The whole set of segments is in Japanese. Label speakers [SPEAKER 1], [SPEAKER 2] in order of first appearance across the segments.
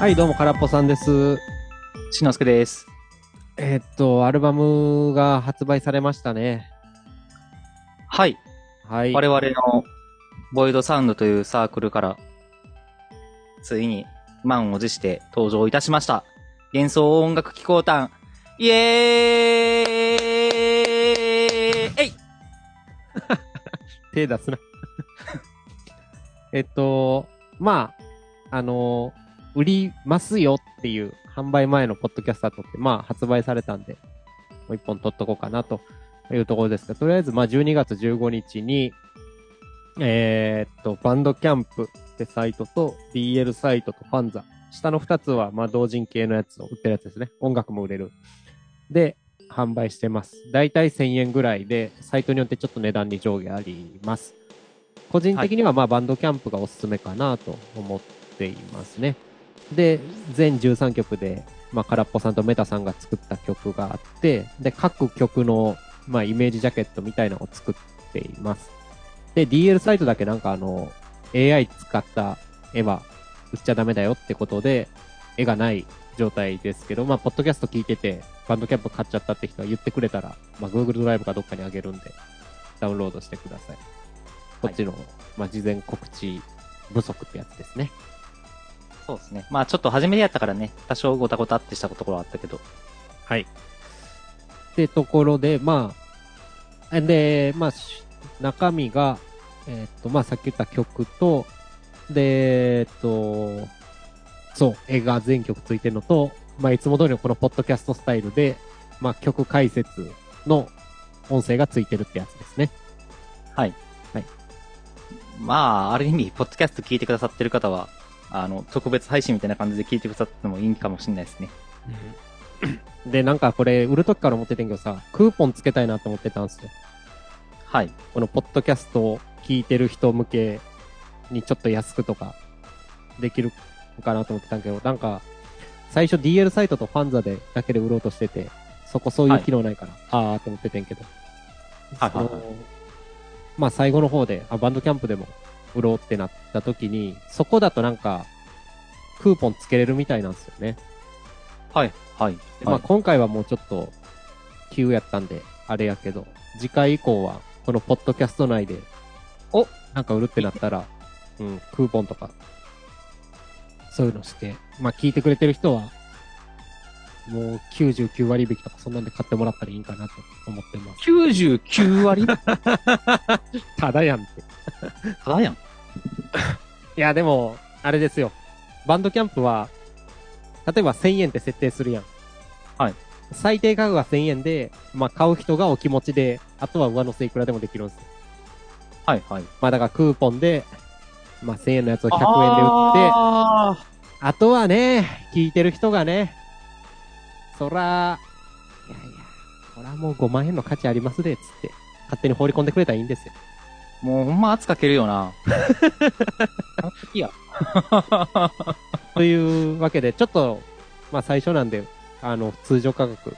[SPEAKER 1] はい、どうも、空っぽさんです。
[SPEAKER 2] しのすけです。
[SPEAKER 1] えーっと、アルバムが発売されましたね。
[SPEAKER 2] はい。
[SPEAKER 1] はい。
[SPEAKER 2] 我々の、ボイドサウンドというサークルから、ついに、満を持して登場いたしました。幻想音楽機構団、イエーイえい
[SPEAKER 1] 手出すな。 えっと、まあ、あの売りますよっていう、販売前のポッドキャスターとって、まあ、発売されたんで、もう一本撮っとこうかなというところですが、とりあえず、まあ、12月15日に、えーっと、バンドキャンプってサイトと、BL サイトとファンザ。下の2つは、まあ、同人系のやつを売ってるやつですね。音楽も売れる。で、販売してます。だいたい1000円ぐらいで、サイトによってちょっと値段に上下あります。個人的にはまあバンドキャンプがおすすめかなと思っていますね。で、全13曲で、まあ、空っぽさんとメタさんが作った曲があって、で、各曲の、まあ、イメージジャケットみたいなのを作っています。で、DL サイトだけなんかあの、AI 使った絵は売っちゃダメだよってことで、絵がない状態ですけど、まあ、ポッドキャスト聞いてて、バンドキャンプ買っちゃったって人が言ってくれたら、まあ、Google ドライブかどっかにあげるんで、ダウンロードしてください。こっちの、まあ、事前告知不足ってやつですね。
[SPEAKER 2] そうですね。まあちょっと初めてやったからね、多少ごたごたってしたところはあったけど。
[SPEAKER 1] はい。ってところで、まあ、えで、まあ、し中身が、えーっと、まあ、さっき言った曲と、で、えーっと、そう、絵が全曲ついてるのと、まあ、いつも通りのこのポッドキャストスタイルで、まあ、曲解説の音声がついてるってやつですね。
[SPEAKER 2] まあ、ある意味、ポッドキャスト聞いてくださってる方は、あの、特別配信みたいな感じで聞いてくださってもいいかもしれないですね。
[SPEAKER 1] で、なんかこれ、売るときから思っててんけどさ、クーポンつけたいなと思ってたんですよ。
[SPEAKER 2] はい。
[SPEAKER 1] このポッドキャストを聞いてる人向けにちょっと安くとかできるかなと思ってたんけど、なんか、最初 DL サイトとファンザでだけで売ろうとしてて、そこそういう機能ないから、あーと思っててんけど。
[SPEAKER 2] はいはいはい
[SPEAKER 1] そのまあ最後の方で、あ、バンドキャンプでも売ろうってなった時に、そこだとなんか、クーポンつけれるみたいなんですよね。
[SPEAKER 2] はい。はい。
[SPEAKER 1] でまあ、今回はもうちょっと急やったんで、あれやけど、次回以降は、このポッドキャスト内で、
[SPEAKER 2] お
[SPEAKER 1] なんか売るってな ったら、うん、クーポンとか、そういうのして、まあ、聞いてくれてる人は、もう99割引とか、そんなんで買ってもらったらいいんかなと思ってます。
[SPEAKER 2] 99割た
[SPEAKER 1] ただやんって。
[SPEAKER 2] だやん。
[SPEAKER 1] いや、でも、あれですよ。バンドキャンプは、例えば1000円って設定するやん。
[SPEAKER 2] はい。
[SPEAKER 1] 最低価格は1000円で、まあ、買う人がお気持ちで、あとは上乗せいくらでもできるんですよ。
[SPEAKER 2] はい、はい。
[SPEAKER 1] まあ、だからクーポンで、まあ、1000円のやつを100円で売って、
[SPEAKER 2] あー
[SPEAKER 1] あとはね、聞いてる人がね、そら、いやいや、こらもう5万円の価値ありますで、つって、勝手に放り込んでくれたらいいんですよ。
[SPEAKER 2] もうほんま圧かけるよな。完璧や。
[SPEAKER 1] というわけで、ちょっと、まあ最初なんで、あの、通常価格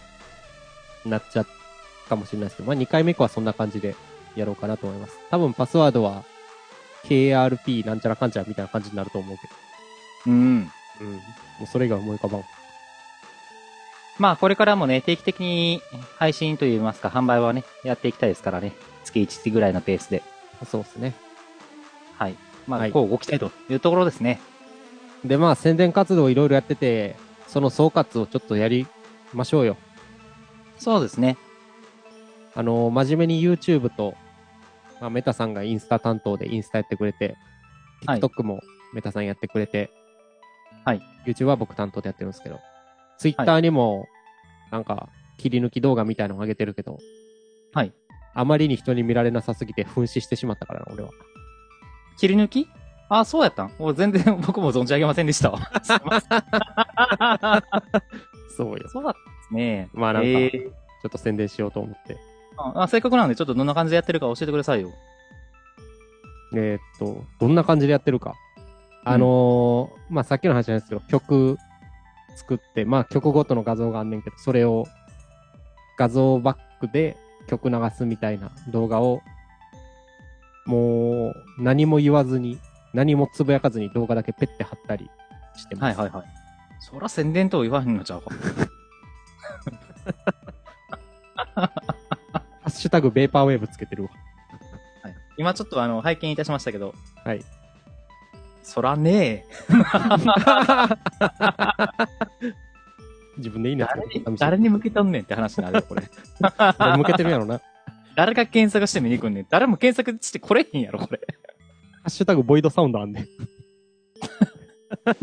[SPEAKER 1] になっちゃったかもしれないですけど、まあ2回目以降はそんな感じでやろうかなと思います。多分パスワードは、KRP なんちゃらかんちゃらみたいな感じになると思うけ
[SPEAKER 2] うん。
[SPEAKER 1] ど、うん。もうそれ以外思い浮かばん。
[SPEAKER 2] まあこれからもね、定期的に配信といいますか、販売はね、やっていきたいですからね。月1ぐらいのペースで。
[SPEAKER 1] そうですね。
[SPEAKER 2] はい。ま
[SPEAKER 1] は
[SPEAKER 2] あ、
[SPEAKER 1] い
[SPEAKER 2] こうご期待というところですね。
[SPEAKER 1] で、まあ宣伝活動いろいろやってて、その総括をちょっとやりましょうよ。
[SPEAKER 2] そうですね。
[SPEAKER 1] あの、真面目に YouTube と、まあ、メタさんがインスタ担当でインスタやってくれて、
[SPEAKER 2] はい
[SPEAKER 1] TikTok もメタさんやってくれて、
[SPEAKER 2] はい。
[SPEAKER 1] YouTube は僕担当でやってるんですけど、Twitter にも、なんか、切り抜き動画みたいなの上げてるけど、
[SPEAKER 2] はい。
[SPEAKER 1] あまりに人に見られなさすぎて紛失してしまったからな、俺は。
[SPEAKER 2] 切り抜きあ、そうやったんもう全然 僕も存じ上げませんでしたわ。すいません
[SPEAKER 1] そうよ。
[SPEAKER 2] そうだったんですね。
[SPEAKER 1] まあなんか
[SPEAKER 2] えー
[SPEAKER 1] ちょっと宣伝しようと思って。
[SPEAKER 2] あ、あせっかくなんでちょっとどんな感じでやってるか教えてくださいよ。
[SPEAKER 1] えーっと、どんな感じでやってるか。あのーまあ、さっきの話じゃないですけど、曲作って、まあ、曲ごとの画像があんねんけど、それを画像バックで曲流すみたいな動画を、もう何も言わずに、何もつぶやかずに動画だけペッて貼ったりしてます。
[SPEAKER 2] はいはいはい。そら宣伝とは言わへんのちゃうか。
[SPEAKER 1] ハッシュタグベーパーウェーブつけてるわ。
[SPEAKER 2] はい、今ちょっとあの、拝見いたしましたけど。
[SPEAKER 1] はい。
[SPEAKER 2] そらねえ。
[SPEAKER 1] 自分でいいな
[SPEAKER 2] 誰に、誰に向けとんねんって話になるよ、これ。
[SPEAKER 1] 向けてるやろな。ハ
[SPEAKER 2] 誰が検索して見に行くんねん。誰も検索してこれへんやろ、 これ。
[SPEAKER 1] ッシュタグボイドサウンドあんねん。
[SPEAKER 2] い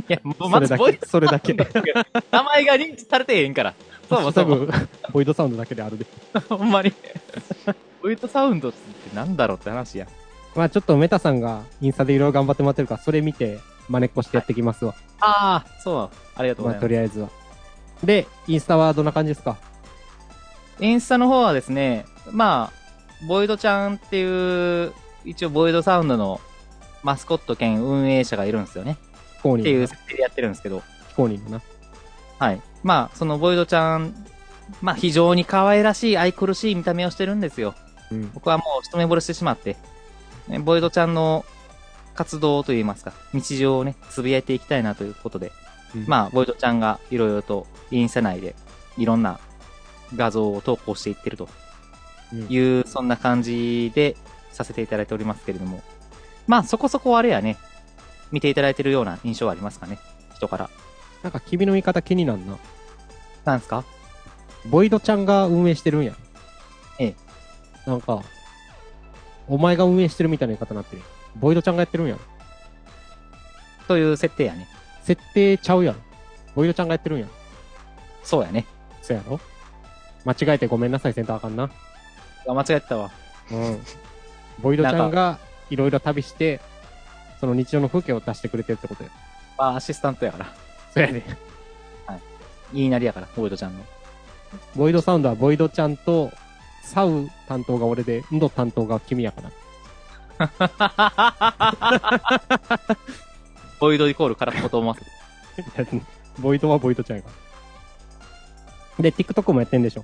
[SPEAKER 2] や、もう
[SPEAKER 1] そ
[SPEAKER 2] ま
[SPEAKER 1] れ
[SPEAKER 2] ず
[SPEAKER 1] だ
[SPEAKER 2] ボイ
[SPEAKER 1] け。それだけ。
[SPEAKER 2] 名前が認知されてへ んから。そう
[SPEAKER 1] ハ
[SPEAKER 2] も
[SPEAKER 1] ッシュタ
[SPEAKER 2] そも、
[SPEAKER 1] グボイドサウンドだけであるで。
[SPEAKER 2] ほんまに。ウイトサウンドってなんだろうって話や。
[SPEAKER 1] まあちょっとメタさんがインスタでいろいろ頑張ってもらってるから、それ見て、真似っこしてやってきますわ。
[SPEAKER 2] ああ、そう。ありがとうご
[SPEAKER 1] まあと
[SPEAKER 2] ざいます。
[SPEAKER 1] りあえずは。で、インスタはどんな感じですか
[SPEAKER 2] インスタの方はですね、まあ、ボイドちゃんっていう、一応ボイドサウンドのマスコット兼運営者がいるんですよね。
[SPEAKER 1] 非公
[SPEAKER 2] ってい
[SPEAKER 1] 認
[SPEAKER 2] う
[SPEAKER 1] の。
[SPEAKER 2] 設定でやってるんですけど。
[SPEAKER 1] 非公認のな。
[SPEAKER 2] はい。まあ、そのボイドちゃん、まあ非常に可愛らしい、愛くるしい見た目をしてるんですよ。
[SPEAKER 1] うん。
[SPEAKER 2] 僕はもう一目惚れしてしまって、ねボイドちゃんの活動といいますか、日常をね、つぶやいていきたいなということで、
[SPEAKER 1] うん
[SPEAKER 2] まあ、ボイドちゃんがいろいろとインスタ内でいろんな画像を投稿していってると
[SPEAKER 1] うん
[SPEAKER 2] いう、そんな感じでさせていただいておりますけれども、まあ、そこそこあれやね、見ていただいてるような印象はありますかね、人から。
[SPEAKER 1] なんか君の見方気になんな。
[SPEAKER 2] なんですか
[SPEAKER 1] ボイドちゃんが運営してるんや。
[SPEAKER 2] ええ。
[SPEAKER 1] なんか、お前が運営してるみたいな言い方になってるやん。ボイドちゃんがやってるんやろ。
[SPEAKER 2] という設定やね。
[SPEAKER 1] 設定ちゃうやろ。ボイドちゃんがやってるんやろ。
[SPEAKER 2] そうやね。
[SPEAKER 1] そやろ間違えてごめんなさい、センターあかんな。
[SPEAKER 2] あ間違えてたわ。
[SPEAKER 1] うん。ボイドちゃんがいろいろ旅して、その日常の風景を出してくれてるってことや。
[SPEAKER 2] まあ、アシスタントやから。
[SPEAKER 1] そやで。
[SPEAKER 2] 言いなりやから、ボイドちゃんの。
[SPEAKER 1] ボイドサウンドはボイドちゃんと、サウ担当が俺で、ンド担当が君や から。
[SPEAKER 2] ボイドイコール空っぽと思わせる。
[SPEAKER 1] ボイドはボイドちゃんやから。で、TikTok もやってんでしょ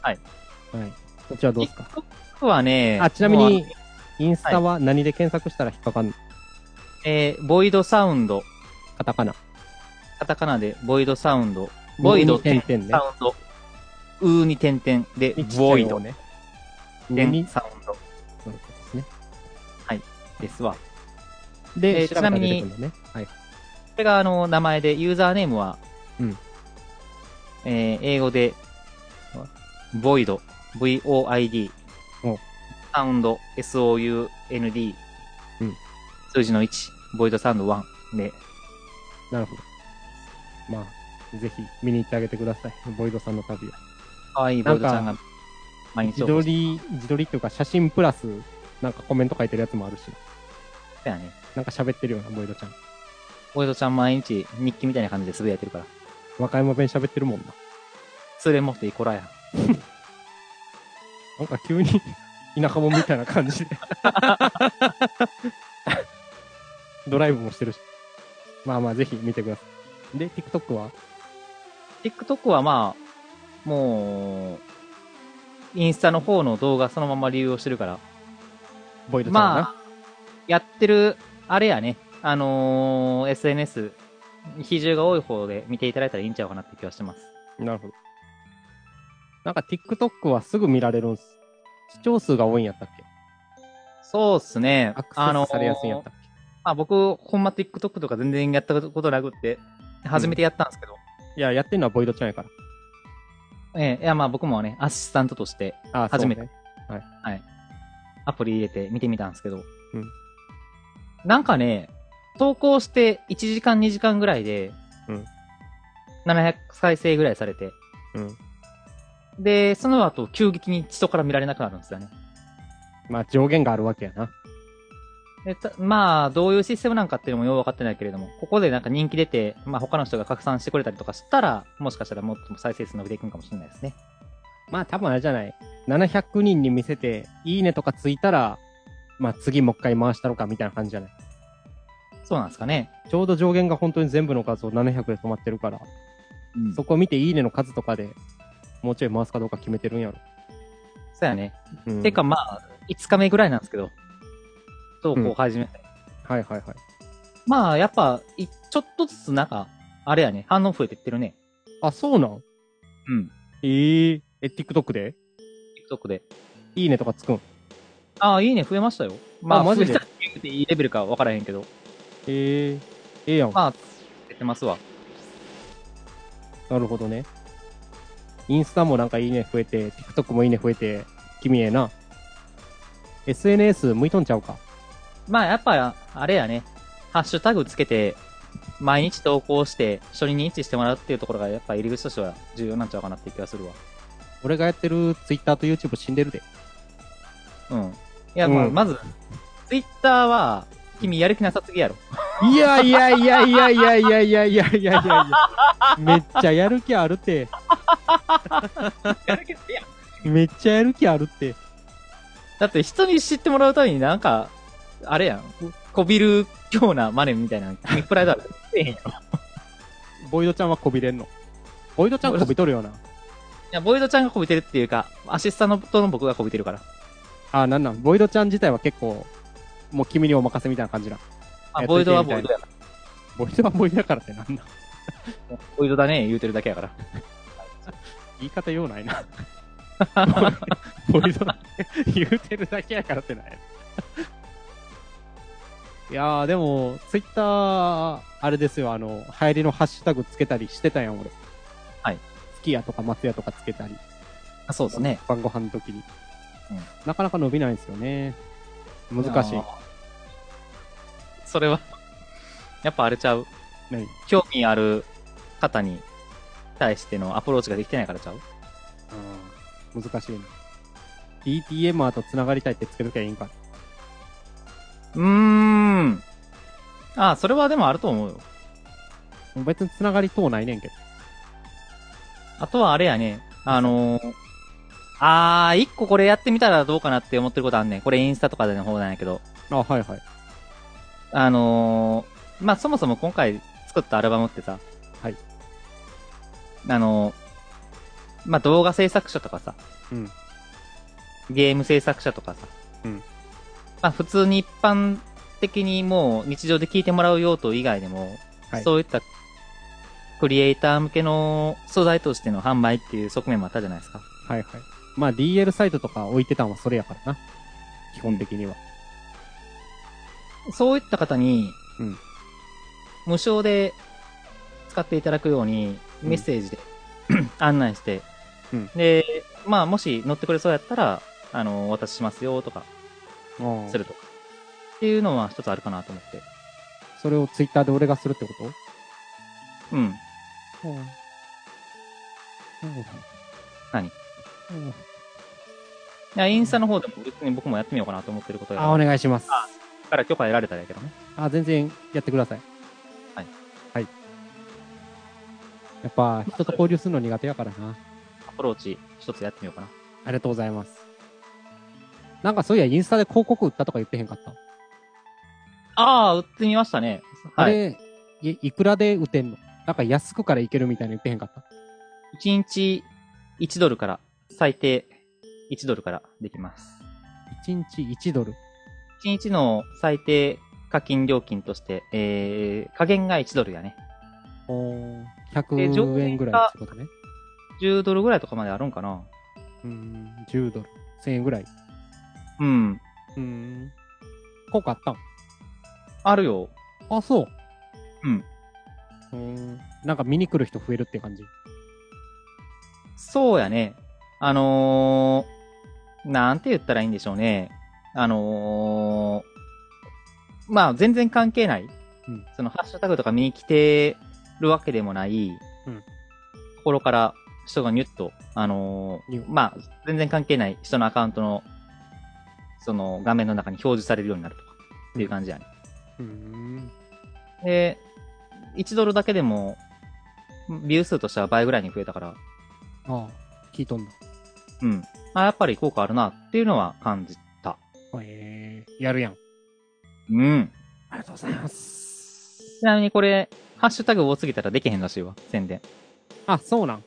[SPEAKER 2] はい。
[SPEAKER 1] はい。こっちはどうですか
[SPEAKER 2] TikTok はね、
[SPEAKER 1] あ、ちなみ
[SPEAKER 2] もう
[SPEAKER 1] に、インスタは何で検索したら引っかかんの
[SPEAKER 2] あの、えーボイドサウンド、
[SPEAKER 1] カタカナ。
[SPEAKER 2] カタカナでボイドサウンド、ボイド
[SPEAKER 1] 点
[SPEAKER 2] 点
[SPEAKER 1] 々ね
[SPEAKER 2] サ。ウンド、うーに点々で
[SPEAKER 1] にちっ、ちゃい
[SPEAKER 2] ボイ
[SPEAKER 1] の
[SPEAKER 2] ド
[SPEAKER 1] をね。
[SPEAKER 2] 点
[SPEAKER 1] に、
[SPEAKER 2] サウンド
[SPEAKER 1] そうですね。
[SPEAKER 2] ですわ。こ
[SPEAKER 1] で、
[SPEAKER 2] えー
[SPEAKER 1] 調べたら出てくるのね。はい。
[SPEAKER 2] れがあの、名前で、ユーザーネームは、
[SPEAKER 1] うん
[SPEAKER 2] えー英語で、ボイド、V-O-I-D
[SPEAKER 1] お、
[SPEAKER 2] サウンド、S-O-U-N-D、
[SPEAKER 1] うん
[SPEAKER 2] 数字の1、ボイドサウンド1で、
[SPEAKER 1] なるほど。まあ、ぜひ見に行ってあげてください。 ボイドさんの旅を。
[SPEAKER 2] 可愛いボイドちゃん
[SPEAKER 1] な
[SPEAKER 2] が、毎日
[SPEAKER 1] 自
[SPEAKER 2] 投稿
[SPEAKER 1] 撮
[SPEAKER 2] して
[SPEAKER 1] り、自撮りっていうか写真プラス、なんかコメント書いてるやつもあるし、
[SPEAKER 2] たよね。
[SPEAKER 1] なんか喋ってるようなボイドちゃん。
[SPEAKER 2] ボイドちゃん毎日日記みたいな感じでつぶやいてるから。
[SPEAKER 1] 若山弁喋ってるもんな。
[SPEAKER 2] それ持っていこらや。
[SPEAKER 1] なんか急に 田舎者みたいな感じで。 ドライブもしてるし。まあまあ、ぜひ見てください。で、TikTok は
[SPEAKER 2] TikTok はまあ、もう、インスタの方の動画そのまま利用してるから。
[SPEAKER 1] ボイドちゃんかな、
[SPEAKER 2] まあ、やってる、あれやね、あのー SNS、比重が多い方で見ていただいたらいいんちゃうかなって気はしてます。
[SPEAKER 1] なるほど。なんか TikTok はすぐ見られるんす。視聴数が多いんやったっけ
[SPEAKER 2] そうっすね
[SPEAKER 1] ア。クセスされやすいんやったっけ、
[SPEAKER 2] まあ僕、ほんま TikTok とか全然やったことなくって、初めてやったんですけど、
[SPEAKER 1] いや、やってんのはボイドちゃんやから。
[SPEAKER 2] ええ、いやまあ僕もね、アシスタントとして
[SPEAKER 1] あ
[SPEAKER 2] 初めて
[SPEAKER 1] そうね
[SPEAKER 2] アプリ入れて見てみたんですけど、
[SPEAKER 1] うん
[SPEAKER 2] なんかね、投稿して1時間2時間ぐらいで、
[SPEAKER 1] うん
[SPEAKER 2] 700再生ぐらいされて、
[SPEAKER 1] うん。
[SPEAKER 2] で、その後急激に人から見られなくなるんですよね。
[SPEAKER 1] まあ、上限があるわけやな。
[SPEAKER 2] でたまあ、どういうシステムなんかっていうのもよう分かってないけれども、ここでなんか人気出て、まあ他の人が拡散してくれたりとかしたら、もしかしたらもっとも再生数伸びていくんかもしれないですね。
[SPEAKER 1] まあ、多分あれじゃない。700人に見せて、いいねとかついたら、まあ、次もう一回回したろか、みたいな感じじゃない。
[SPEAKER 2] そうなんですかね。
[SPEAKER 1] ちょうど上限が本当に全部の数を700で止まってるから、そこを見ていいねの数とかで、もうちょい回すかどうか決めてるんやろ。
[SPEAKER 2] そうやね。
[SPEAKER 1] うん
[SPEAKER 2] てかまあ、5日目ぐらいなんですけど、投稿始めて
[SPEAKER 1] はいはいはい。
[SPEAKER 2] まあ、やっぱ、いちょっとずつなんか、あれやね、反応増えてってるね。
[SPEAKER 1] あ、そうなん
[SPEAKER 2] うん。
[SPEAKER 1] えええ、TikTok で
[SPEAKER 2] TikTok で。
[SPEAKER 1] いいねとかつくん。
[SPEAKER 2] ああ、いいね、増えましたよ。まあ、
[SPEAKER 1] マ
[SPEAKER 2] マ
[SPEAKER 1] ジ
[SPEAKER 2] ジ
[SPEAKER 1] で
[SPEAKER 2] で。言うていいレベルか分からへんけど。
[SPEAKER 1] ええええやん。
[SPEAKER 2] まあ、出てますわ。
[SPEAKER 1] なるほどね。インスタもなんかいいね増えて、TikTok もいいね増えて、君ええな。SNS 向いとんちゃうか。
[SPEAKER 2] まあ、やっぱ、あれやね、ハッシュタグつけて、毎日投稿して、初に認知してもらうっていうところが、やっぱ入り口としては重要なんちゃうかなっていう気がするわ。
[SPEAKER 1] 俺がやってる Twitter と YouTube 死んでるで。
[SPEAKER 2] うん。いや、まあ、
[SPEAKER 1] うん
[SPEAKER 2] まず、Twitter は、君やる気なさすぎやろ。
[SPEAKER 1] いやいやいやいやいやいやいやいやいやいやいや。めっちゃやる気あるって。
[SPEAKER 2] やる気ないやん
[SPEAKER 1] めっちゃやる気あるって。
[SPEAKER 2] だって、人に知ってもらうためになんか、あれやん、こびるようなマネみたいな、君プライドある。せえへんやろ。い
[SPEAKER 1] ボイドちゃんはこびれんの。ボイドちゃんこびとるよな。
[SPEAKER 2] や、ボイドちゃんがこびてるっていうか、アシスタントの僕がこびてるから。
[SPEAKER 1] あ、なんなん。ボイドちゃん自体は結構、もう君にお任せみたいな感じな。
[SPEAKER 2] あ、
[SPEAKER 1] やっ
[SPEAKER 2] ボ
[SPEAKER 1] と
[SPEAKER 2] イ
[SPEAKER 1] いて
[SPEAKER 2] ドはボイドやか
[SPEAKER 1] ボイドはボイドだからってなんなん。
[SPEAKER 2] ら。ボイドだね、言うてるだけやから。
[SPEAKER 1] 言い方ようない な。ボイドだけ言うてるだけやからってない。いやー、でも、ツイッター、あれですよ、あの、流行りのハッシュタグつけたりしてたやん、俺。
[SPEAKER 2] はい。
[SPEAKER 1] 月やとか松屋とかつけたり、
[SPEAKER 2] あそうですね。
[SPEAKER 1] 晩ご飯の時に。
[SPEAKER 2] うん
[SPEAKER 1] なかなか伸びないんですよね。難しい
[SPEAKER 2] あー。。それは、 やっぱあれちゃう。
[SPEAKER 1] 何
[SPEAKER 2] 興味ある方に対してのアプローチができてないからちゃう
[SPEAKER 1] うん難しいな。DTMR と繋がりたいってつけときゃいいんか。
[SPEAKER 2] うーん。ああ、それはでもあると思うよ。
[SPEAKER 1] 別に繋がりとうないねんけど。
[SPEAKER 2] あとはあれやね、あのー、あー、一個これやってみたらどうかなって思ってることあんねん。これインスタとかでの方なんやけど。
[SPEAKER 1] あ、はいはい。
[SPEAKER 2] あのー、まあ、そもそも今回作ったアルバムってさ、
[SPEAKER 1] はい。
[SPEAKER 2] あのー、まあ、動画制作者とかさ、
[SPEAKER 1] うん。
[SPEAKER 2] ゲーム制作者とかさ、
[SPEAKER 1] うん
[SPEAKER 2] まあ、普通に一般的にもう日常で聞いてもらう用途以外でも、
[SPEAKER 1] はい
[SPEAKER 2] そういったクリエイター向けの素材としての販売っていう側面もあったじゃないですか。
[SPEAKER 1] はいはい。まあ DL サイトとか置いてたんはそれやからな。基本的には。
[SPEAKER 2] そういった方に、
[SPEAKER 1] うん
[SPEAKER 2] 無償で使っていただくように
[SPEAKER 1] うん
[SPEAKER 2] メッセージで、 案内して、
[SPEAKER 1] うん
[SPEAKER 2] で、まあもし乗ってくれそうやったら、あの、お渡ししますよとか、
[SPEAKER 1] ああ
[SPEAKER 2] するとか。っていうのは一つあるかなと思って。
[SPEAKER 1] それをツイッターで俺がするってこと
[SPEAKER 2] うん。
[SPEAKER 1] うん。
[SPEAKER 2] 何いや、インスタの方でも別に僕もやってみようかなと思ってることや
[SPEAKER 1] あ、お願いします。
[SPEAKER 2] から許可得られたらやけどね。
[SPEAKER 1] あ、全然やってください。
[SPEAKER 2] はい。
[SPEAKER 1] はい。やっぱ人と交流するの苦手やからな。
[SPEAKER 2] アプローチ一つやってみようかな。
[SPEAKER 1] ありがとうございます。なんかそういやインスタで広告売ったとか言ってへんかった。
[SPEAKER 2] ああ、売ってみましたね。
[SPEAKER 1] あ
[SPEAKER 2] はい。
[SPEAKER 1] れ、いいくらで打てんのなんか安くからいけるみたいに言ってへんかった。
[SPEAKER 2] 1日1ドルから、最低1ドルからできます。
[SPEAKER 1] 1日1ドル。
[SPEAKER 2] 1日の最低課金料金として、えー、加減が1ドルやね。
[SPEAKER 1] おー100円ぐらいってことね。
[SPEAKER 2] 10ドルぐらいとかまであるんかな
[SPEAKER 1] うん、10ドル。1000円ぐらい。
[SPEAKER 2] うん。
[SPEAKER 1] うん。効果あったん
[SPEAKER 2] あるよ。
[SPEAKER 1] あ、そう。
[SPEAKER 2] うん。
[SPEAKER 1] うん。なんか見に来る人増えるって感じ。
[SPEAKER 2] そうやね。あのー、なんて言ったらいいんでしょうね。あのー、まあ全然関係ない。
[SPEAKER 1] うん
[SPEAKER 2] そのハッシュタグとか見に来てるわけでもない、
[SPEAKER 1] うん
[SPEAKER 2] ところから人がニュッと、あのー
[SPEAKER 1] ニュ
[SPEAKER 2] まあ全然関係ない人のアカウントの、その画面の中に表示されるようになるとか、っていう感じやね。
[SPEAKER 1] うん。
[SPEAKER 2] で、1ドルだけでも、ビュー数としては倍ぐらいに増えたから、
[SPEAKER 1] ああ、聞いとんだ。
[SPEAKER 2] うん。あ、やっぱり効果あるなっていうのは感じた。
[SPEAKER 1] ええやるやん。
[SPEAKER 2] うん。
[SPEAKER 1] ありがとうございます
[SPEAKER 2] ち。なみにこれ、ハッシュタグ多すぎたらできへんらしいわ、宣伝。
[SPEAKER 1] あ、そうなん。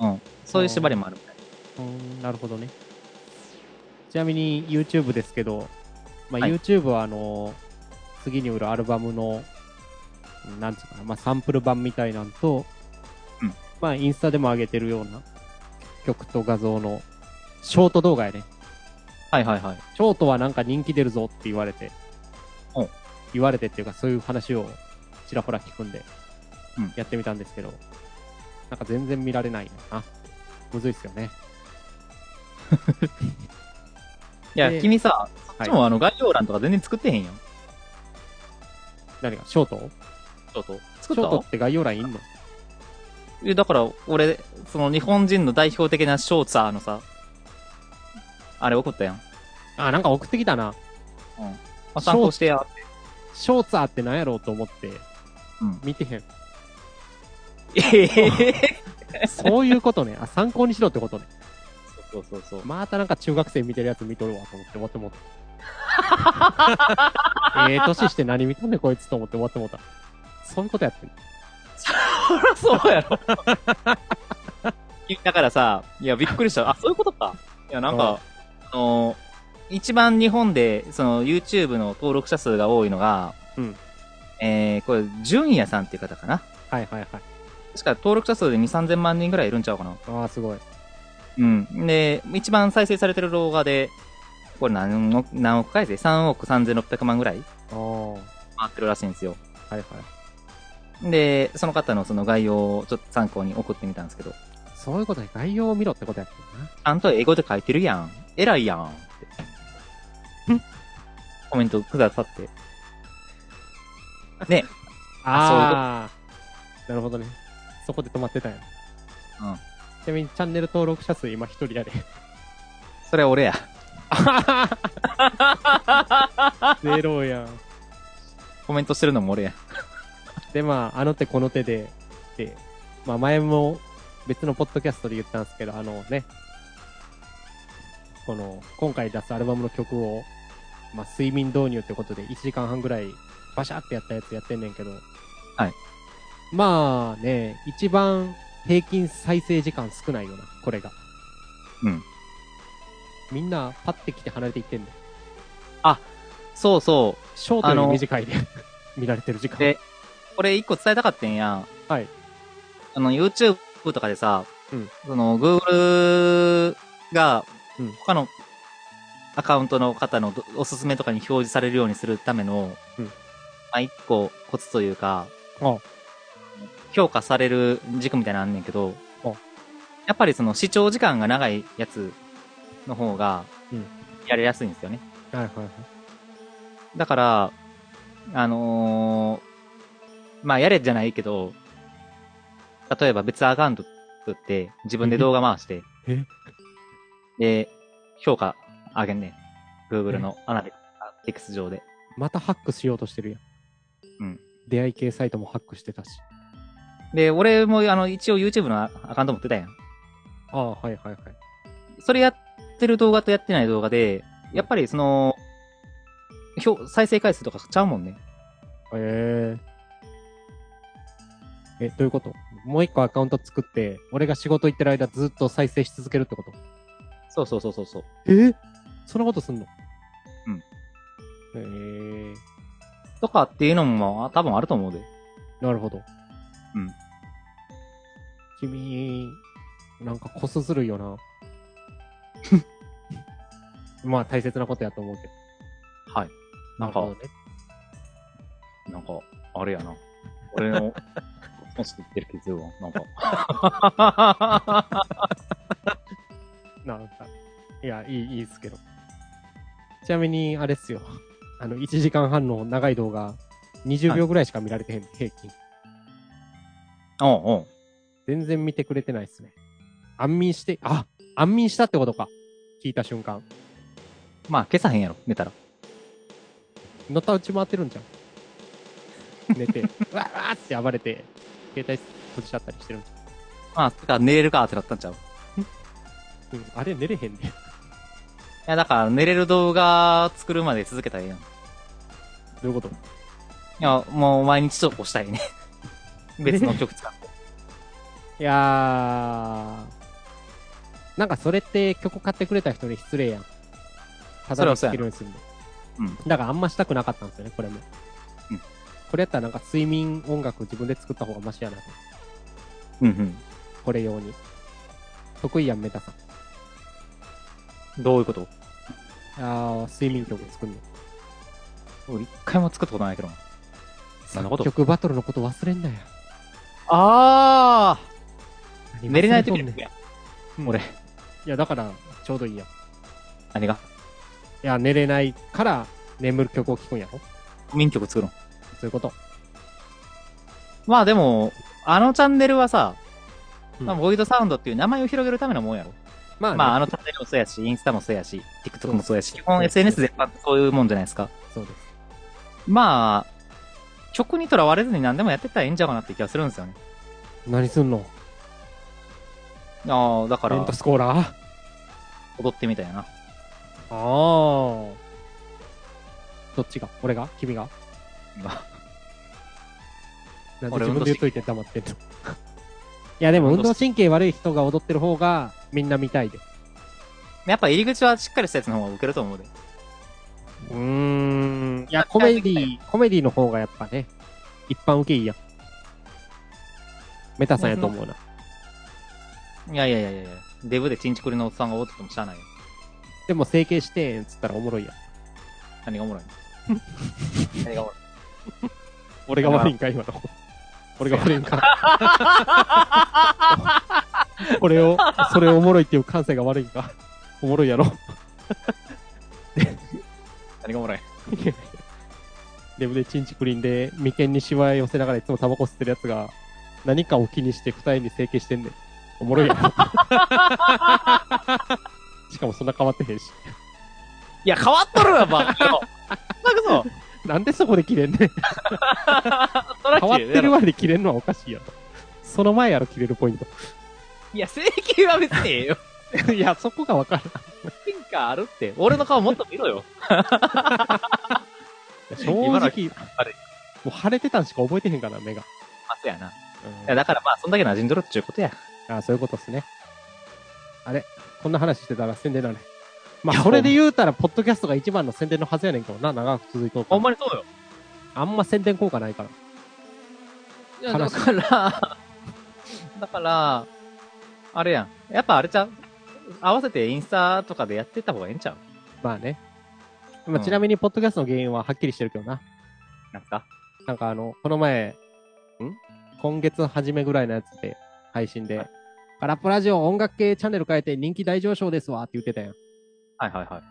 [SPEAKER 2] うん。そういう縛りもあるみたい。
[SPEAKER 1] うん、なるほどね。ちなみに YouTube ですけど、まあ、
[SPEAKER 2] はい
[SPEAKER 1] YouTube はあの、次に売るアルバムのなんつうかな、まあ、サンプル版みたいなんと、
[SPEAKER 2] うん
[SPEAKER 1] まあ、インスタでも上げてるような曲と画像のショート動画やね。
[SPEAKER 2] はいはいはい。
[SPEAKER 1] ショートはなんか人気出るぞって言われて
[SPEAKER 2] うん、
[SPEAKER 1] 言われてっていうか、そういう話をちらほら聞くんで
[SPEAKER 2] うん、
[SPEAKER 1] やってみたんですけど、なんか全然見られないな。むずいっすよね。
[SPEAKER 2] いや、
[SPEAKER 1] で
[SPEAKER 2] 君さ、そっ
[SPEAKER 1] い
[SPEAKER 2] ちもあの概要欄とか全然作ってへんよ。
[SPEAKER 1] 何がショート
[SPEAKER 2] ちょっと。
[SPEAKER 1] シ
[SPEAKER 2] 作
[SPEAKER 1] ョート
[SPEAKER 2] っ
[SPEAKER 1] って概要欄いんの
[SPEAKER 2] たえだから、俺、その日本人の代表的なショーツァーのさ、あれ送ったやん。
[SPEAKER 1] あ、なんか送ってきたな。
[SPEAKER 2] まあ、参考してや。
[SPEAKER 1] ショーツァーってなんやろうと思って、
[SPEAKER 2] うん。
[SPEAKER 1] 見てへん。
[SPEAKER 2] ええ。
[SPEAKER 1] そういうことね。あ、参考にしろってことね。
[SPEAKER 2] そうそうそう。
[SPEAKER 1] またなんか中学生見てるやつ見とるわと思って終わってもう た。ええ年して何見とんねんこいつと思って終わってもうた。そういうことやってる。
[SPEAKER 2] そら そうやろ。だからさ、いや、びっくりした。あ、そういうことか。いや、なんか、あのー、一番日本で、その、YouTube の登録者数が多いのが、
[SPEAKER 1] うん
[SPEAKER 2] えー、これ、純也さんっていう方かな。
[SPEAKER 1] はいはいはい。
[SPEAKER 2] 確か登録者数で2、3000万人ぐらいいるんちゃうかな。
[SPEAKER 1] ああ、すごい。
[SPEAKER 2] うん。で、一番再生されてる動画で、これ何億、何億回生 ?3 億3600万ぐらい
[SPEAKER 1] ああ、はい
[SPEAKER 2] 回ってるらしいんですよ。
[SPEAKER 1] はい。
[SPEAKER 2] で、その方のその概要をちょっと参考に送ってみたんですけど、
[SPEAKER 1] そういうことね。概要を見ろってことやってるな。
[SPEAKER 2] ちゃんと英語で書いてるやん。偉いやん。って
[SPEAKER 1] ん
[SPEAKER 2] コメントくださって。ね。
[SPEAKER 1] ああ、なるほどね。そこで止まってたよ。
[SPEAKER 2] うん
[SPEAKER 1] ちなみにチャンネル登録者数今一人やで。
[SPEAKER 2] それ俺や。
[SPEAKER 1] ゼロやん。
[SPEAKER 2] コメントしてるのも俺や。
[SPEAKER 1] で、まあ、あの手この手で、で、まあ前も別のポッドキャストで言ったんですけど、あのね、この、今回出すアルバムの曲を、まあ睡眠導入ってことで1時間半ぐらいバシャってやったやつやってんねんけど、
[SPEAKER 2] はい。
[SPEAKER 1] まあね、一番平均再生時間少ないよな、これが。
[SPEAKER 2] うん。
[SPEAKER 1] みんなパッて来て離れていってんねん。
[SPEAKER 2] そうそ
[SPEAKER 1] ショートよ
[SPEAKER 2] あ
[SPEAKER 1] り
[SPEAKER 2] の
[SPEAKER 1] 短いで、 見られてる時間。
[SPEAKER 2] う。で、これ一個伝えたかったんや。
[SPEAKER 1] はい。
[SPEAKER 2] あの、YouTube とかでさ、
[SPEAKER 1] うん
[SPEAKER 2] その、Google が
[SPEAKER 1] うん、
[SPEAKER 2] 他のアカウントの方のどおすすめとかに表示されるようにするための、
[SPEAKER 1] うん
[SPEAKER 2] まあ、一個コツというか、
[SPEAKER 1] あ
[SPEAKER 2] 評価される軸みたいなのあんねんけど
[SPEAKER 1] あ、
[SPEAKER 2] やっぱりその視聴時間が長いやつの方が
[SPEAKER 1] うん、
[SPEAKER 2] やりやすいんですよね。
[SPEAKER 1] はいはいはい。
[SPEAKER 2] だから、あのーまあ、やれじゃないけど、例えば別アカウント作って、自分で動画回して
[SPEAKER 1] え、
[SPEAKER 2] で、評価上げんねん。Google のアナリティクス上で。
[SPEAKER 1] またハックしようとしてるやん。
[SPEAKER 2] うん。
[SPEAKER 1] 出会い系サイトもハックしてたし。
[SPEAKER 2] で、俺も、あの、一応 YouTube のアカウント持ってたやん。
[SPEAKER 1] ああ、はいはいはい。
[SPEAKER 2] それやってる動画とやってない動画で、やっぱりその、評再生回数とかちゃうもんね。
[SPEAKER 1] ええ。え、どういうこともう一個アカウント作って、俺が仕事行ってる間ずっと再生し続けるってこと
[SPEAKER 2] そうそうそうそうそう。
[SPEAKER 1] えそんなことすんのうん。へえ。
[SPEAKER 2] とかっていうのも、まあ、多分あると思うで。
[SPEAKER 1] なるほど。
[SPEAKER 2] うん。
[SPEAKER 1] 君、なんかコスずるいよ な。まあ大切なことやと思うけど。
[SPEAKER 2] はい。なんか
[SPEAKER 1] るほどね。
[SPEAKER 2] なんか、あれやな。俺 の、もし言ってるけど、なん か。
[SPEAKER 1] なんか、いや、いい、いいですけど。ちなみに、あれっすよ。あの、1時間半の長い動画、20秒ぐらいしか見られてへん、平均。
[SPEAKER 2] おうんうん。
[SPEAKER 1] 全然見てくれてないっすね。安眠して、あ安眠したってことか。聞いた瞬間。
[SPEAKER 2] まあ、消さへんやろ、寝たら。
[SPEAKER 1] のたうち回ってるんじゃ ん。寝て、わーわーって暴れて、携帯閉じちゃったりしてるんじ
[SPEAKER 2] まあ、てか、寝れるかってなったんちゃうい
[SPEAKER 1] ゃん。うん、あれ寝れへんね。
[SPEAKER 2] や、だから、寝れる動画作るまで続けたらええやん。い
[SPEAKER 1] どういうこと
[SPEAKER 2] や、もう毎日投稿した いね。別の曲使って。
[SPEAKER 1] いやー、なんかそれって曲買ってくれた人に失礼やん。ただ
[SPEAKER 2] それ
[SPEAKER 1] の
[SPEAKER 2] はそう
[SPEAKER 1] 聴
[SPEAKER 2] やな
[SPEAKER 1] けるようにするの。
[SPEAKER 2] うん
[SPEAKER 1] だからあんましたくなかったんですよね、これも。
[SPEAKER 2] うん
[SPEAKER 1] ここれやったらなんか睡眠音楽自分で作った方がマシやなと。
[SPEAKER 2] うん
[SPEAKER 1] これ用に。得意やん、メタさん。
[SPEAKER 2] うん。どういうこと
[SPEAKER 1] あー、睡眠曲作るの。
[SPEAKER 2] 俺一回も作ったことないけどな。そんなこと
[SPEAKER 1] 曲バトルのこと忘れんなよ。
[SPEAKER 2] あ
[SPEAKER 1] 何忘
[SPEAKER 2] 寝れない時
[SPEAKER 1] とんね
[SPEAKER 2] に
[SPEAKER 1] ん。い
[SPEAKER 2] 俺、
[SPEAKER 1] や、だから、ちょうどいいやん。い
[SPEAKER 2] 何が
[SPEAKER 1] や、寝れないから眠る曲を聴くんやろ
[SPEAKER 2] 民曲作るの。
[SPEAKER 1] そういうこと。
[SPEAKER 2] まあでも、あのチャンネルはさ、
[SPEAKER 1] うん
[SPEAKER 2] まあ、ボイドサウンドっていう名前を広げるためのもんやろ。
[SPEAKER 1] まあね、
[SPEAKER 2] まあ、あのチャンネルもそうやし、インスタもそうやし、TikTok もそうやし、基
[SPEAKER 1] そう
[SPEAKER 2] 本
[SPEAKER 1] です
[SPEAKER 2] SNS 全般そういうもんじゃないですか。
[SPEAKER 1] そうです。
[SPEAKER 2] まあ、曲にとらわれずに何でもやってったらいいんじゃうかなって気がするんですよね。
[SPEAKER 1] 何すんの
[SPEAKER 2] ああ、だか
[SPEAKER 1] レ
[SPEAKER 2] ら
[SPEAKER 1] ント、スコーラー
[SPEAKER 2] 踊ってみたいな。
[SPEAKER 1] あー。どっちが俺が君がなんで
[SPEAKER 2] 俺
[SPEAKER 1] 自分で言っといて黙ってんの いや、でも運動神経悪い人が踊ってる方がみんな見たいで。
[SPEAKER 2] やっぱ入り口はしっかりしたやつの方がウケると思うで。
[SPEAKER 1] うーん。いや、コメディー、コメディーの方がやっぱね、一般受けいいやん。メタさんやと思うな。
[SPEAKER 2] いやいやいやいやいやデブでチンチクリのおっさんが踊っててもしゃあないよ。
[SPEAKER 1] でも整形してんつったらおもろいやん。
[SPEAKER 2] 何がおもろい の何がおもろい
[SPEAKER 1] 俺が悪いんか、今の。俺が悪いんか。これを、それをおもろいっていう感性が悪いんか。おもろいやろ。
[SPEAKER 2] 何がおもろい
[SPEAKER 1] デブでチンチクリンで眉間にシワ寄せながらいつもタバコ吸ってるやつが何かを気にして二重に整形してんねん。おもろい やろ。しかもそんな変わってへんし。
[SPEAKER 2] いや、変わっとる わ、バカよ。バカそう。
[SPEAKER 1] なんでそこで切れんねん。変わってるまで切れんのはおかしいやろ。その前やろ、切れるポイント。
[SPEAKER 2] いや、整形は別にええよ。
[SPEAKER 1] いや、そこがわからん。
[SPEAKER 2] 変化あるって。俺の顔もっと見ろよ。
[SPEAKER 1] 正
[SPEAKER 2] 今の
[SPEAKER 1] 直、も
[SPEAKER 2] 悪いう
[SPEAKER 1] 腫れてたんしか覚えてへんから、目が。
[SPEAKER 2] まあ、そうやな。い
[SPEAKER 1] うん
[SPEAKER 2] や、だからまあ、そんだけ馴染んどるっちゅうことや。
[SPEAKER 1] ああ、そういうことですね。あれこんな話してたら宣伝だね。ま
[SPEAKER 2] い
[SPEAKER 1] あ、
[SPEAKER 2] や
[SPEAKER 1] それで言うたら、ポッドキャストが一番の宣伝のはずやねんけどな、長く続いとうから
[SPEAKER 2] ほんまにそうよ。
[SPEAKER 1] あんま宣伝効果ないから。
[SPEAKER 2] いや、
[SPEAKER 1] 悲
[SPEAKER 2] だ
[SPEAKER 1] しい
[SPEAKER 2] から、だから、あれやん。やっぱあれちゃう合わせてインスタとかでやってった方がええんちゃう
[SPEAKER 1] まあね。ま
[SPEAKER 2] う
[SPEAKER 1] あ、
[SPEAKER 2] ん
[SPEAKER 1] ちなみに、ポッドキャストの原因ははっきりしてるけどな。
[SPEAKER 2] なんか
[SPEAKER 1] なんかあの、この前、ん今月初めぐらいのやつで、配信
[SPEAKER 2] は
[SPEAKER 1] で
[SPEAKER 2] い、
[SPEAKER 1] ガラップラジオ音楽系チャンネル変えて人気大上昇ですわって言ってたやん。
[SPEAKER 2] はいはいはい。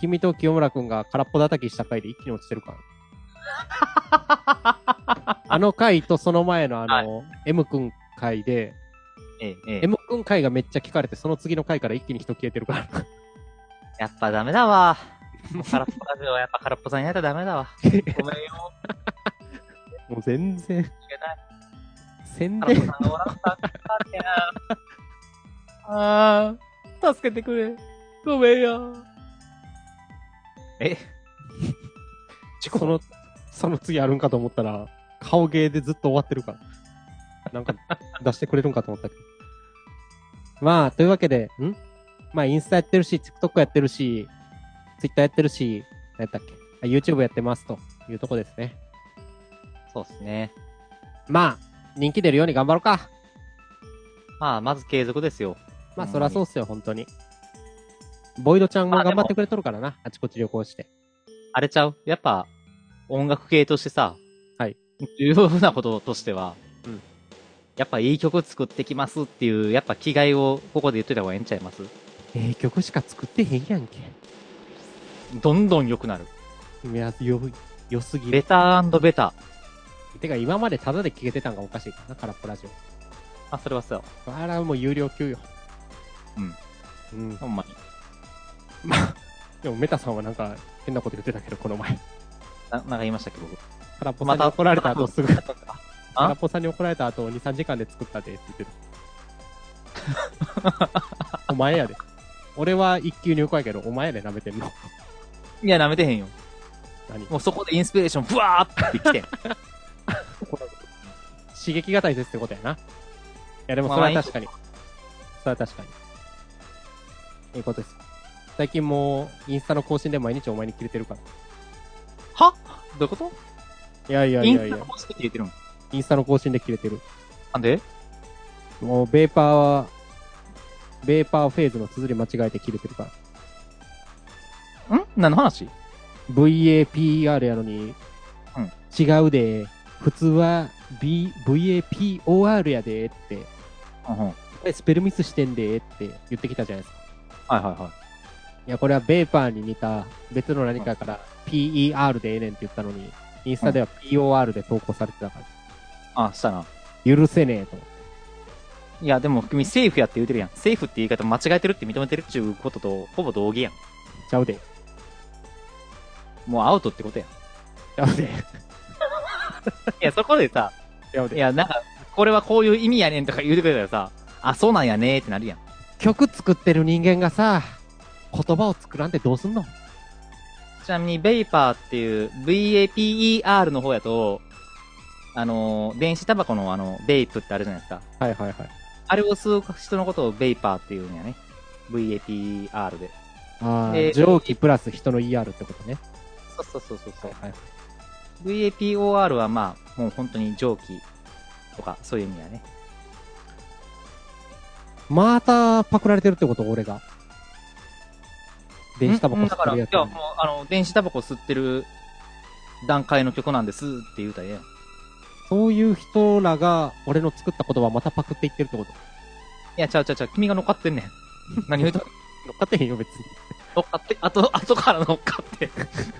[SPEAKER 1] 君と清村くんが空っぽ叩きした回で一気に落ちてるから。あの回とその前のあの、M くん回で、
[SPEAKER 2] ええ、ええ。
[SPEAKER 1] M くん回がめっちゃ聞かれて、その次の回から一気に人消えてるから。
[SPEAKER 2] やっぱダメだわ。もう空っぽラジオはやっぱ空っぽさんやったらダメだわ。ごめんよ。
[SPEAKER 1] もう全然、
[SPEAKER 2] いけない。
[SPEAKER 1] 宣
[SPEAKER 2] 空っぽ
[SPEAKER 1] 伝、
[SPEAKER 2] さんがおらんかったやああ、助けてくれ。ごめんよ。え事故
[SPEAKER 1] その、その次あるんかと思ったら、顔芸でずっと終わってるから。なん か、出してくれるんかと思ったけど。まあ、というわけで、んまあ、インスタやってるし、TikTok やってるし、Twitter やってるし、何やったっけあ ?YouTube やってますというとこですね。
[SPEAKER 2] そうですね。
[SPEAKER 1] まあ、人気出るように頑張ろうか。
[SPEAKER 2] まあ、まず継続ですよ。
[SPEAKER 1] まあ、
[SPEAKER 2] うん
[SPEAKER 1] そりゃそうっすよ、本当に。ボイドちゃんも頑張ってくれとるからな、あちこち旅行して。
[SPEAKER 2] あれちゃうやっぱ、音楽系としてさ、
[SPEAKER 1] はい。
[SPEAKER 2] 重要なこととしては、
[SPEAKER 1] うん
[SPEAKER 2] やっぱいい曲作ってきますっていう、やっぱ気概をここで言っといた方がええんちゃいます
[SPEAKER 1] ええ曲しか作ってへんやんけ。
[SPEAKER 2] どんどん良くなる。
[SPEAKER 1] いや、よ、良すぎ
[SPEAKER 2] ベ
[SPEAKER 1] る。
[SPEAKER 2] ターベター。
[SPEAKER 1] てか、今までタダで聴けてたんがおかしいからな、空っぽラジオ。
[SPEAKER 2] あ、それはそう。
[SPEAKER 1] あら、もう有料級よ。うん。うん。
[SPEAKER 2] ほんまに。
[SPEAKER 1] でも、メタさんはなんか、変なこと言ってたけど、この前。
[SPEAKER 2] な、なんか言いましたっけ、僕。
[SPEAKER 1] 空っぽさんに怒られた後、 すぐ。
[SPEAKER 2] あ
[SPEAKER 1] 空っぽさんに怒られた後、2、3時間で作ったで、って言ってた。 お前やで。俺は一級入校やけど、お前やで、舐めてんの。
[SPEAKER 2] いや、舐めてへんよ。
[SPEAKER 1] 何
[SPEAKER 2] もうそこでインスピレーション、ふわーって 来てん。
[SPEAKER 1] 刺激が大切ってことやな。いや、でもそれは確かに。それは確かに。いうことです。最近もう、インスタの更新で毎日お前に切れてるから。
[SPEAKER 2] はどういうこと
[SPEAKER 1] いやいやい
[SPEAKER 2] イン
[SPEAKER 1] や
[SPEAKER 2] ス
[SPEAKER 1] いや
[SPEAKER 2] タの。公式って言ってるの
[SPEAKER 1] インスタの更新で切れてる。
[SPEAKER 2] なんで
[SPEAKER 1] もう、ベーパーは、ベーパーフェーズの綴り間違えて切れてるから。
[SPEAKER 2] ん何の話
[SPEAKER 1] VAPR やのに、
[SPEAKER 2] うん
[SPEAKER 1] 違うで、普通は B、VAPOR やでって、
[SPEAKER 2] うんうん。はい
[SPEAKER 1] えスペルミスしてんでって言ってきたじゃないですか。
[SPEAKER 2] はいはい。
[SPEAKER 1] いや、これはベーパーに似た別の何かから PER でええねんって言ったのに、インスタでは POR で投稿されてたから、
[SPEAKER 2] あ、したな。
[SPEAKER 1] 許せねえと思って。
[SPEAKER 2] いや、でも、君、セーフやって言うてるやん。セーフって言い方間違えてるって認めてるっていうことと、ほぼ同義やん。
[SPEAKER 1] ちゃうで、ち
[SPEAKER 2] もうアウトってこと やん。い
[SPEAKER 1] ゃうで、
[SPEAKER 2] や、そこで さ、
[SPEAKER 1] ちゃう
[SPEAKER 2] い
[SPEAKER 1] で。
[SPEAKER 2] や、なんか、これはこういう意味やねんとか言うてくれたらさ、あ、そうなんやねーってなるやん。
[SPEAKER 1] 曲作ってる人間がさ、言葉を作らんでどうすんの
[SPEAKER 2] ちなみに、ベイパーっていう VAPER の方やと、あのー、電子タバコのあの、ベイプってあるじゃないですか。
[SPEAKER 1] はいはいはい。
[SPEAKER 2] あれを吸う人のことをベイパーっていうんやね。VAPER で。
[SPEAKER 1] ああ、
[SPEAKER 2] えー
[SPEAKER 1] 蒸気プラス人の ER ってことね。
[SPEAKER 2] そうそうそうそうそう。
[SPEAKER 1] はい。
[SPEAKER 2] VAPOR はまあ、もう本当に蒸気とか、そういう意味やね。
[SPEAKER 1] またパクられてるってこと俺が。電子タバコ
[SPEAKER 2] うん
[SPEAKER 1] 吸
[SPEAKER 2] だ
[SPEAKER 1] っ
[SPEAKER 2] か
[SPEAKER 1] て
[SPEAKER 2] ら、
[SPEAKER 1] る
[SPEAKER 2] いや
[SPEAKER 1] や、つ
[SPEAKER 2] もう
[SPEAKER 1] に。、
[SPEAKER 2] あの、電子タバコ吸ってる段階の曲なんですって言うたらええやん。
[SPEAKER 1] そういう人らが俺の作った言葉またパクっていってるってこと
[SPEAKER 2] いや、ちゃうちゃうちゃう、君が乗っか ってんねん。何言うとん
[SPEAKER 1] 乗っかってへんよ 別に。
[SPEAKER 2] 乗っかって、あと、後から乗っかって、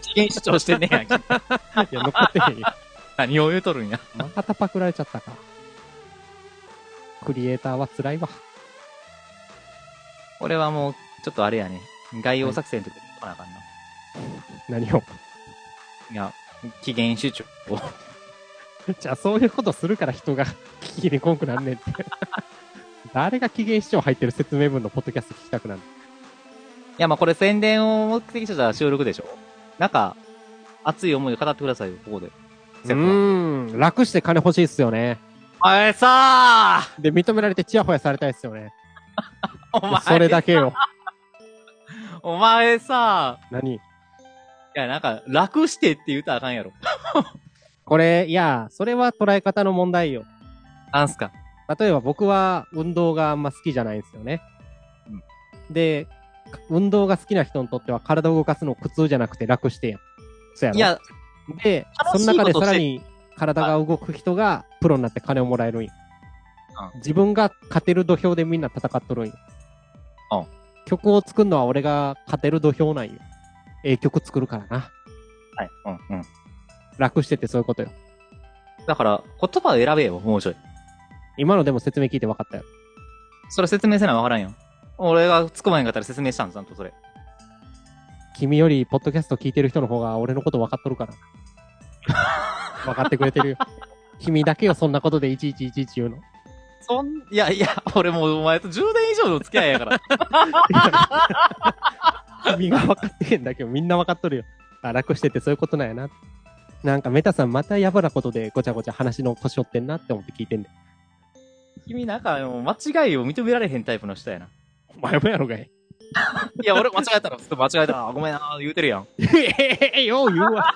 [SPEAKER 2] 次元主張してんねんやん。君
[SPEAKER 1] いや、乗っかってへんよ。
[SPEAKER 2] 何を言うとるんや。
[SPEAKER 1] またパクられちゃったか。クリエイターは辛いわ。
[SPEAKER 2] 俺はもう、ちょっとあれやね。概要作戦とか言っとかなあかんな。
[SPEAKER 1] 何を。
[SPEAKER 2] いや、期限主張を。
[SPEAKER 1] じゃあそういうことするから人が 聞きにこんくなんねんって。 誰が期限視聴入ってる説明文のポッドキャスト聞きたくなる
[SPEAKER 2] いや、まあこれ宣伝を目的とした収録でしょなんか、熱い思いを語ってくださいよ、ここで。せ
[SPEAKER 1] う
[SPEAKER 2] っかく
[SPEAKER 1] ーん、楽して金欲しいっすよね。
[SPEAKER 2] あれさあ
[SPEAKER 1] で、認められてチヤホヤされたいっすよね。
[SPEAKER 2] お前、
[SPEAKER 1] それだけ よ。
[SPEAKER 2] お前さあ
[SPEAKER 1] 何
[SPEAKER 2] いや、なんか、楽してって言うたらあかんやろ。
[SPEAKER 1] これ、いや、それは捉え方の問題よ。
[SPEAKER 2] なんすか
[SPEAKER 1] 例えば僕は運動があんま好きじゃないんですよね。で、運動が好きな人にとっては体を動かすの苦痛じゃなくて楽してやん。そうやろ
[SPEAKER 2] いや、
[SPEAKER 1] で、そ
[SPEAKER 2] 楽し
[SPEAKER 1] の
[SPEAKER 2] い
[SPEAKER 1] 中で
[SPEAKER 2] こと
[SPEAKER 1] さ
[SPEAKER 2] して
[SPEAKER 1] らに体が動く人がプロになって金をもらえるんよ
[SPEAKER 2] う。
[SPEAKER 1] 自分が勝てる土俵でみんな戦っとるんよ
[SPEAKER 2] うん。
[SPEAKER 1] 曲を作るのは俺が勝てる土俵なんよ。ええ曲作るからな。
[SPEAKER 2] はい、うん、うん。
[SPEAKER 1] 楽しててそういうことよ。
[SPEAKER 2] だから、言葉を選べよ、もうちょい。
[SPEAKER 1] 今のでも説明聞いて分かったよ。
[SPEAKER 2] それ説明せなわからんよ。俺が突っ込まへんかったら説明したん、ちゃんとそれ。
[SPEAKER 1] 君より、ポッドキャスト聞いてる人の方が俺のこと分かっとるから な。分かってくれてるよ。君だけよ、そんなことでいちいちいちいち言うの。
[SPEAKER 2] そん、いやいや、俺もうお前と10年以上の付き合いや から。
[SPEAKER 1] 君が分かってへんだけど、みんな分かっとるよ。あ、楽しててそういうことなんやな。なんか、メタさんまたやばなことでごちゃごちゃ話の腰折ってんなって思って聞いてんねん。
[SPEAKER 2] 君なんか、もう間違いを認められへんタイプの人やな。
[SPEAKER 1] お前もやろがい。
[SPEAKER 2] いや、俺間違えたの。ちょっと間違えたな。ごめんな、言うてるやん。
[SPEAKER 1] ええよう言うわ。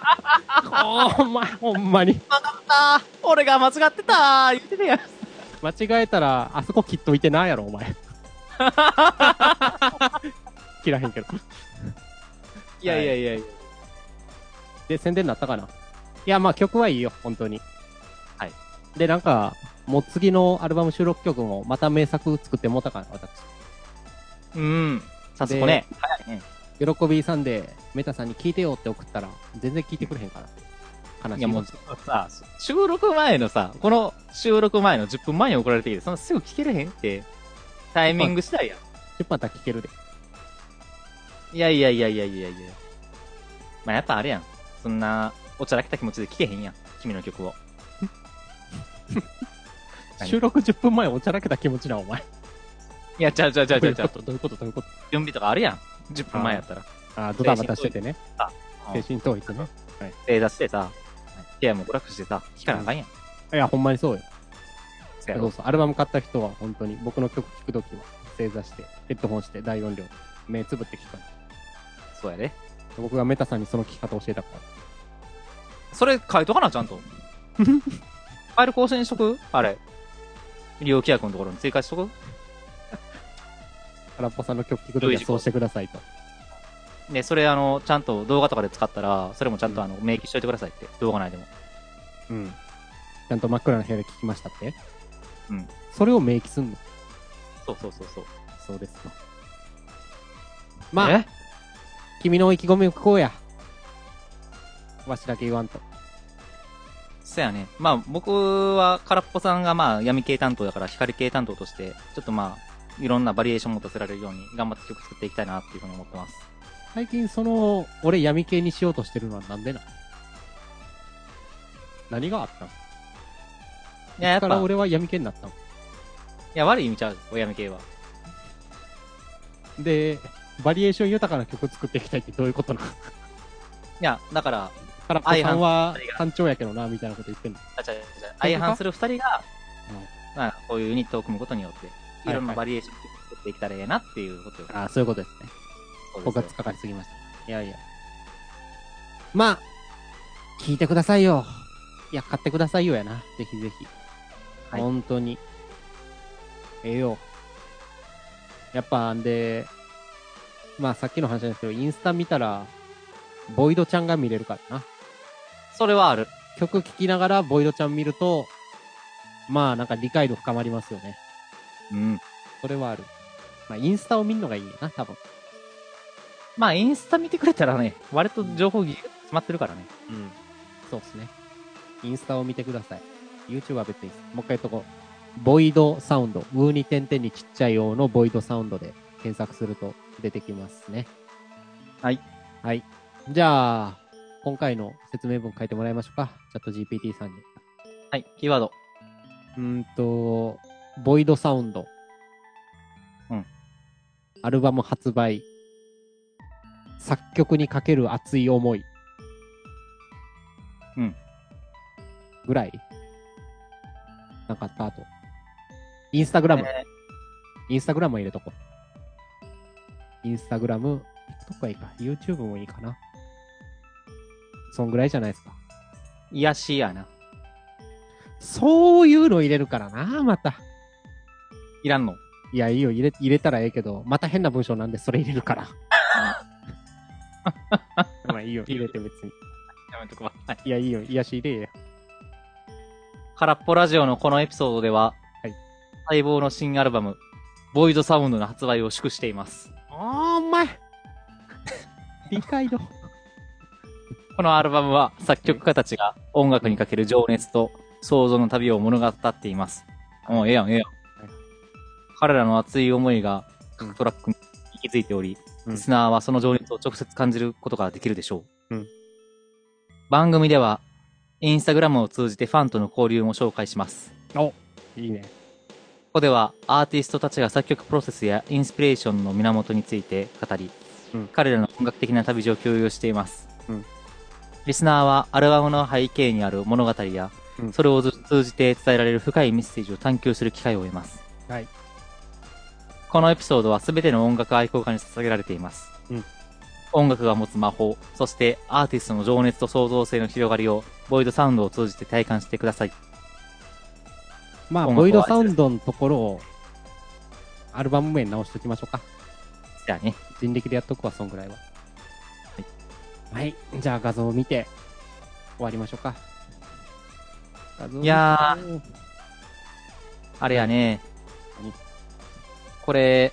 [SPEAKER 1] ほんま、ほんまに。
[SPEAKER 2] あー俺が間違ってたー言ってるやん。
[SPEAKER 1] 間違えたら、あそこ切っといてなやろ、お前。切らへんけど。
[SPEAKER 2] いやいやいやいや。
[SPEAKER 1] で、宣伝になったかないや、まあ曲はいいよ、本当に。
[SPEAKER 2] はい。
[SPEAKER 1] で、なんか、もう次のアルバム収録曲もまた名作作ってもうたから、私。
[SPEAKER 2] うん。さすがね。早いね。
[SPEAKER 1] 喜びさんで、メタさんに聞いてよって送ったら、全然聞いてくれへんから。悲しい。
[SPEAKER 2] いやもうさ、収録前のさ、この収録前の10分前に送られてきて、そのすぐ聞けれへんって、タイミング次第やん。
[SPEAKER 1] 10パタ聞けるで。
[SPEAKER 2] いやいやいやいやいやいやまあやっぱあれやん。そんな、おちゃらけた気持ちで聞けへんやん。君の曲を。何
[SPEAKER 1] 収録10分前おちゃらけた気持ちな、お前。
[SPEAKER 2] いや、ちゃうちゃうちゃうち
[SPEAKER 1] どうい
[SPEAKER 2] ゃ
[SPEAKER 1] うう
[SPEAKER 2] ちゃう
[SPEAKER 1] こ。とどういうことどういうこと
[SPEAKER 2] 準備とかあるやん。10分前やったら。
[SPEAKER 1] あー、ドタバタしててね。
[SPEAKER 2] うん
[SPEAKER 1] 精神統一ね。
[SPEAKER 2] 正座してさ、部屋も娯楽してさ、聞かなあかんやん。
[SPEAKER 1] いや、ほんまにそうよ。
[SPEAKER 2] そや
[SPEAKER 1] そう
[SPEAKER 2] ろ
[SPEAKER 1] そう。アルバム買った人は、本当に、僕の曲聴くときは、正座して、ヘッドホンして、大音量、目つぶって聴くから。
[SPEAKER 2] そうやで。
[SPEAKER 1] 僕がメタさんにその聴き方教えたから。
[SPEAKER 2] それ書いとかな、ちゃ んと。ファイル更新しとくあれ。利用規約のところに追加しとく
[SPEAKER 1] 空っぽさんの曲聴くときはそうしてくださいと。
[SPEAKER 2] で、それ、あの、ちゃんと動画とかで使ったら、それもちゃんと、あの、明記しといてくださいって。動画内でも。
[SPEAKER 1] うん。ちゃんと真っ暗な部屋で聴きましたって。
[SPEAKER 2] うん。
[SPEAKER 1] それを明記すんの。
[SPEAKER 2] そうそうそうそう。
[SPEAKER 1] そうですか。まあ、
[SPEAKER 2] え
[SPEAKER 1] 君の意気込みを聞こうや。わしだけ言わんと。
[SPEAKER 2] そやね。まあ、僕は、空っぽさんが、まあ、闇系担当だから、光系担当として、ちょっとまあ、いろんなバリエーションを持たせられるように、頑張って曲作っていきたいな、っていうふうに思ってます。
[SPEAKER 1] 最近その、俺闇系にしようとしてるのはなんでな何があったの
[SPEAKER 2] いや、や
[SPEAKER 1] だ
[SPEAKER 2] っぱ、
[SPEAKER 1] から俺は闇系になったの。
[SPEAKER 2] いや、悪い意味ちゃう、お闇系は。
[SPEAKER 1] で、バリエーション豊かな曲作っていきたいってどういうことなの
[SPEAKER 2] いや、だから、
[SPEAKER 1] 空っぽさんは単調やけどな、みたいなこと言ってんの。
[SPEAKER 2] あちゃうちゃうちゃう相反する二人が、まあ、こういうユニットを組むことによって、いろんなバリエーションを作っていけたらええなっていうことよ。
[SPEAKER 1] ああ、そういうことですね。
[SPEAKER 2] そう
[SPEAKER 1] 枯
[SPEAKER 2] ですよ
[SPEAKER 1] 渇かかりすぎました。いやいや。まあ、聞いてくださいよ。いや、買ってくださいよやな。ぜひぜひ。
[SPEAKER 2] はい
[SPEAKER 1] 本当に。ええよ。やっぱ、んで、まあさっきの話なんですけど、インスタ見たら、ボイドちゃんが見れるからな。
[SPEAKER 2] それはある。
[SPEAKER 1] 曲聴きながらボイドちゃん見ると、まあなんか理解度深まりますよね。
[SPEAKER 2] うん。
[SPEAKER 1] それはある。まあインスタを見るのがいいよな、多分。
[SPEAKER 2] まあ、インスタ見てくれたらね、割と情報ギュッと詰まってるからね。
[SPEAKER 1] うん。そうですね。インスタを見てください。YouTube は別にいいです。もう一回言っとこう。ボイドサウンド。ウーに点々にちっちゃい用のボイドサウンドで検索すると出てきますね。
[SPEAKER 2] はい。
[SPEAKER 1] はい。じゃあ、今回の説明文書いてもらいましょうか。チャット GPT さんに。
[SPEAKER 2] はい、キーワード。
[SPEAKER 1] うーんと、ボイドサウンド。
[SPEAKER 2] うん。
[SPEAKER 1] アルバム発売。作曲にかける熱い思い。
[SPEAKER 2] うん。
[SPEAKER 1] ぐらいなんかあったあと。インスタグラム。
[SPEAKER 2] え
[SPEAKER 1] インスタグラムは入れとこう。インスタグラム。TikTok はいいか。YouTube もいいかな。そんぐらいじゃないですか。
[SPEAKER 2] ー癒しやな。
[SPEAKER 1] そういうの入れるからな、また。
[SPEAKER 2] いらんの。
[SPEAKER 1] いや、いいよ、入れ、入れたらええけど、また変な文章なんでそれ入れる から。まあいいよ、入れて別に。
[SPEAKER 2] やめとくわ。はい。
[SPEAKER 1] いや、いいよ、癒やし入れえや。
[SPEAKER 2] 空っぽラジオのこのエピソードでは、
[SPEAKER 1] はい
[SPEAKER 2] 待望の新アルバム、ボイドサウンドの発売を祝しています。
[SPEAKER 1] あー、お前。理解度。
[SPEAKER 2] このアルバムは作曲家たちが音楽にかける情熱と想像の旅を物語っています。もうええやん、ええやん
[SPEAKER 1] い。
[SPEAKER 2] 彼らの熱い思いが各トラックに息づいており、
[SPEAKER 1] うん
[SPEAKER 2] リスナーはその情熱を直接感じることができるでしょう。
[SPEAKER 1] うん
[SPEAKER 2] 番組では、インスタグラムを通じてファンとの交流も紹介します。
[SPEAKER 1] お、いいね。
[SPEAKER 2] ここではアーティストたちが作曲プロセスやインスピレーションの源について語り、
[SPEAKER 1] うん
[SPEAKER 2] 彼らの音楽的な旅路を共有しています、
[SPEAKER 1] うん
[SPEAKER 2] リスナーはアルバムの背景にある物語や、
[SPEAKER 1] うん
[SPEAKER 2] それを通じて伝えられる深いメッセージを探求する機会を得ます
[SPEAKER 1] はい。
[SPEAKER 2] このエピソードは全ての音楽愛好家に捧げられています、
[SPEAKER 1] うん
[SPEAKER 2] 音楽が持つ魔法そしてアーティストの情熱と創造性の広がりをボイドサウンドを通じて体感してください
[SPEAKER 1] まあ、
[SPEAKER 2] 音楽を
[SPEAKER 1] ボイドサウンドのところを、アルバム名に直しておきましょうか。
[SPEAKER 2] じゃあね
[SPEAKER 1] 人力でやっとくわ、そんぐらいは。はい。じゃあ画像を見て、終わりましょうか。画像を見て
[SPEAKER 2] いやあれやね
[SPEAKER 1] 何。
[SPEAKER 2] これ、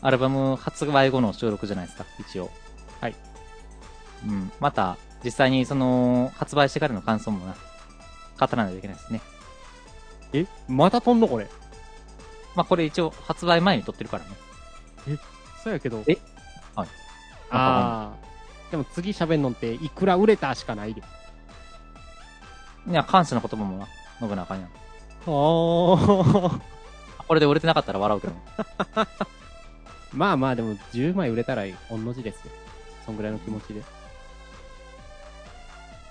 [SPEAKER 2] アルバム発売後の収録じゃないですか、一応。
[SPEAKER 1] はい。
[SPEAKER 2] うん。また、実際にその、発売してからの感想もな、語らないといけないですね。
[SPEAKER 1] え、また飛んのこれ。
[SPEAKER 2] まあこれ一応、発売前に撮ってるからね。
[SPEAKER 1] そうやけど。
[SPEAKER 2] えはい。
[SPEAKER 1] ああ。でも次喋んのって、いくら売れたしかないで。
[SPEAKER 2] いや、感謝の言葉もな、信長にあかんやん
[SPEAKER 1] あ
[SPEAKER 2] これで売れてなかったら笑うけど。
[SPEAKER 1] まあまあ、でも10枚売れたら、おんの字ですよ。そんぐらいの気持ちで。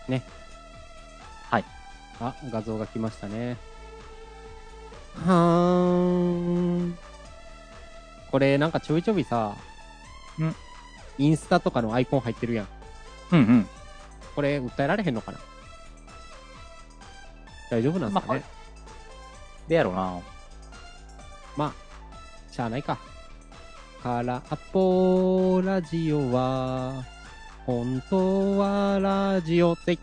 [SPEAKER 1] ね。
[SPEAKER 2] はい。
[SPEAKER 1] あ、画像が来ましたね。はーん。これ、なんかちょいちょいさ、
[SPEAKER 2] ん
[SPEAKER 1] インスタとかのアイコン入ってるやん。
[SPEAKER 2] うんうん。
[SPEAKER 1] これ訴えられへんのかな大丈夫なんですかね、
[SPEAKER 2] でやろうな。
[SPEAKER 1] しゃあないか。空っぽラジオは、本当はラジオって